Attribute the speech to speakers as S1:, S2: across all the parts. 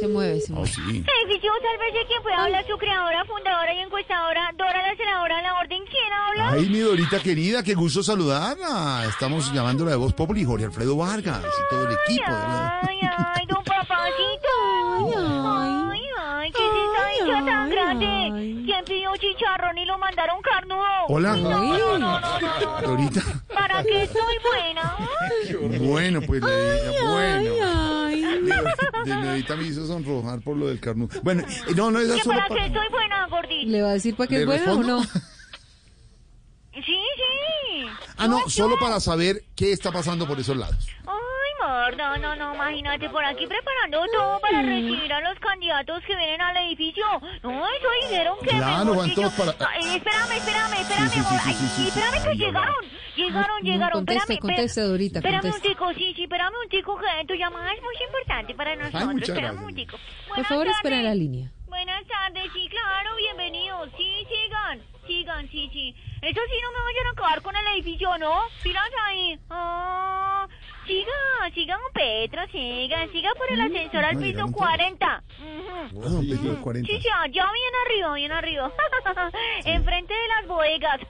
S1: Se mueve, se
S2: Oh,
S1: mueve.
S2: sí.
S3: Exigió tal vez de quien pueda hablar su creadora, fundadora y encuestadora, Dora la senadora de la orden. ¿Quién habla?
S2: Ay, mi Dorita querida, qué gusto saludarla. Estamos llamándola de Voz Populi, Jorge Alfredo Vargas y todo el equipo. ¿verdad?
S3: Ay, ay, don
S1: Ay,
S3: papacito.
S1: ay.
S3: Ay, ay, ¿qué es esta dicha tan
S1: Ay,
S3: grande?
S1: ay.
S3: ¿Quién pidió chicharrón y lo mandaron carnudo?
S2: Hola.
S3: Uy, No, no, no, no, no, no.
S2: Dorita.
S3: ¿Para qué soy buena?
S2: Bueno, pues le bueno.
S1: Ay, ay.
S2: De- De Dorita me hizo sonrojar por lo del carnudo. Bueno, eh, no, no es
S3: ¿Que
S2: solo
S3: para
S2: pa-
S3: qué soy buena, gordito?
S1: ¿Le va a decir para qué
S2: ¿Le
S1: es bueno o
S2: respondo?
S1: no?
S3: Sí, sí.
S2: Ah, no, solo para saber qué está pasando por esos lados.
S3: Ay, Marta, no, no, imagínate por aquí preparando todo para recibir a los candidatos que vienen al edificio. No, eso dijeron que.
S2: Claro,
S3: mejor
S2: van
S3: dicho-
S2: todos para-
S3: Ay, espérame, espérame, espérame.
S2: Sí, sí, sí,
S3: amor. Ay,
S2: sí, sí, sí,
S3: espérame
S2: sí,
S3: que
S2: sí,
S3: llegaron. Llegaron,
S1: No,
S3: llegaron.
S1: conteste,
S3: espérame, espérame.
S1: conteste, Dorita,
S3: Espérame
S1: conteste.
S3: un tico, sí, sí, espérame un tico, que tu llamada es muy importante para nosotros.
S2: muchas
S3: espérame
S2: gracias.
S3: un tico.
S1: Por
S3: Buenas
S1: favor, espera en
S3: tardes.
S1: la línea.
S3: Buenas tardes, sí, claro, bienvenidos. Sí, sigan, sigan, sí, sí. Eso sí, no me vayan a acabar con el edificio, ¿no? Filas ahí. Ah, siga, siga, don Petro, siga, siga por el ascensor al
S2: no,
S3: piso
S2: llegaron todos.
S3: 40. Ujú.
S2: Ah, don Pedro, el 40.
S3: Mm. Sí, sí, allá bien arriba, bien arriba. Enfrente de las bodegas.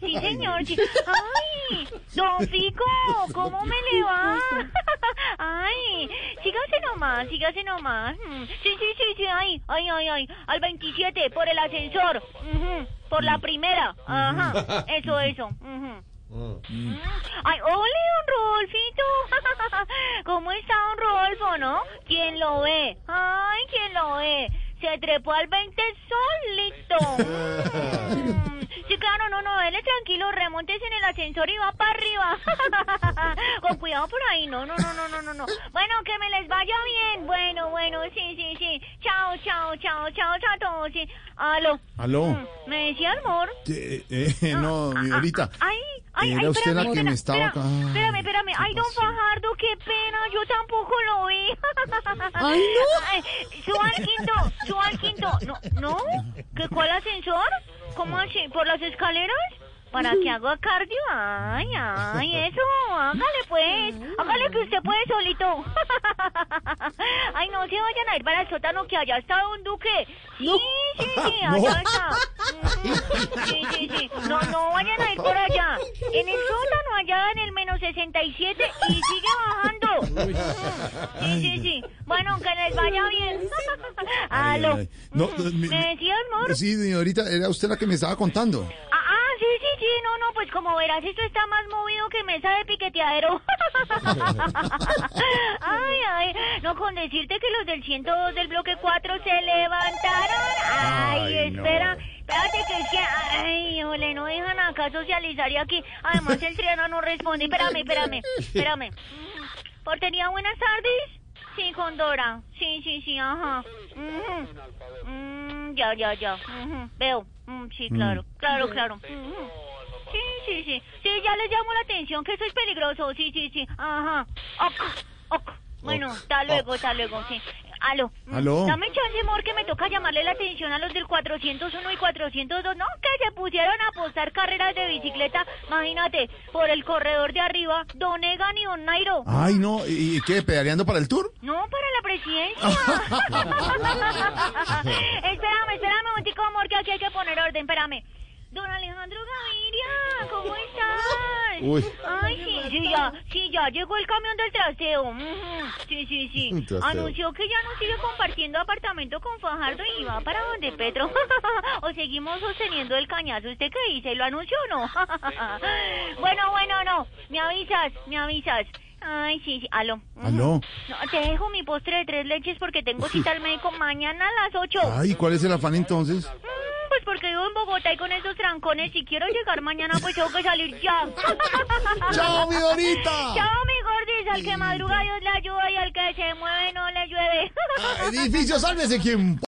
S3: sí, señor. sí. Ay, don Pico, ¿cómo me le va? Ay, sígase nomás, sígase nomás. Mm, Sí, sí, sí, sí, ay, ay, ay, ay. Al 27, por el ascensor. Ujú, Por la primera. Ajá, eso, eso. ujú. Mm. Ay, ole, don Rodolfito. ¿Cómo está don Rodolfo, no? ¿Quién lo ve? Ay, ¿quién lo ve? Se trepó al 20 solito. Mm. Sí, claro, no, no, dele tranquilo, remontes en el ascensor y va para arriba. Con cuidado por ahí, no, no, no, no, no, no, no. Bueno, que me les vaya bien. Bueno, bueno, sí, sí, sí. Chao, chao, chao, chao, chao a todos, sí. Aló.
S2: Aló.
S3: Mm, ¿Me decía amor?
S2: Eh, eh, no, mi
S3: Ah,
S2: Dorita.
S3: ah, Ay, ay,
S2: Era
S3: ay,
S2: usted
S3: espérame,
S2: la que me estaba acá.
S3: espérame, Espérame, espérame.
S2: ¿Qué
S3: Ay, don
S2: pasó?
S3: Fajardo, qué pena. Yo tampoco lo vi.
S1: Ay, no.
S3: Ay, Suba al quinto, suba al quinto. No, no. ¿Qué, ¿Cuál ascensor? ¿Cómo así? ¿Por las escaleras? ¿Para que haga cardio? Ay, ay, eso. Hágale, pues. Hágale que usted puede solito. Ay, no se vayan a ir para el sótano que allá está Don Duque. Sí, sí, sí, allá
S2: No.
S3: está. Ujú. Sí, sí, sí. No, no vayan a ir por allá. En el sótano, allá en el menos 67 y sigue bajando. Ujú. Sí, sí, sí. Bueno, que les vaya bien.
S2: Ay,
S3: Aló.
S2: ay, ay. No,
S3: Ujú.
S2: no, mi-
S3: ¿Me decías, amor?
S2: Sí, mi Dorita, era usted la que me estaba contando.
S3: Ah, ah, sí, sí, sí, no, no, pues como verás, esto está más movido que mesa de piqueteadero. ay, ay, no, con decirte que los del 102 del bloque 4 se levantaron. Ay,
S2: Ay, no.
S3: espera, espérate que es que, ay, ole, no dejan acá socializar y aquí, además el triana no responde. Espérame, espérame, espérame. Mm, Portería, buenas tardes. Sí, con Dora. Sí, sí, sí, ajá. Ujú. Mm, ya, ya, ya. Ujú, Veo. Mm, sí, claro, claro, claro. Ujú. Sí, sí, sí. Sí, ya les llamo la atención que eso es peligroso. Sí, sí, sí. Ajá. Ok, ok. Bueno,
S2: Ok, Ah.
S3: hasta luego, hasta luego, sí. Aló. Mm,
S2: Aló.
S3: Dame chance, amor, que me toca llamarle la atención a los del 401 y 402. No, que se pusieron a apostar carreras de bicicleta. Imagínate, por el corredor de arriba, Don Egan y Don Nairo.
S2: Ay, no, ¿y qué? ¿Pedaleando para el tour?
S3: No, para la presidencia. espérame, espérame un momentico, amor, que aquí hay que poner orden, espérame. Don Alejandro Gaviria, ¿cómo estás?
S2: Uy.
S3: Ay, sí, sí, ya, sí, ya llegó el camión del trasteo. Ujú, Sí, sí, sí.
S2: Un trasteo.
S3: Anunció que ya no sigue compartiendo apartamento con Fajardo y va para donde Petro. o seguimos sosteniendo el cañazo. ¿Usted qué dice? ¿Lo anunció o no? bueno, bueno, no. Me avisas, me avisas. Ay, sí, sí. Aló. Ujú.
S2: Aló.
S3: No, te dejo mi postre de tres leches porque tengo cita al médico mañana a las 8.
S2: Ay, ¿cuál es el afán entonces?
S3: Pues porque vivo en Bogotá y con esos trancones, si quiero llegar mañana, pues tengo que salir ya.
S2: ¡Chao, mi Dorita!
S3: Chao, mi gordis, al que madruga Dios le ayuda y al que se mueve no le llueve.
S2: Edificio, sálvese quien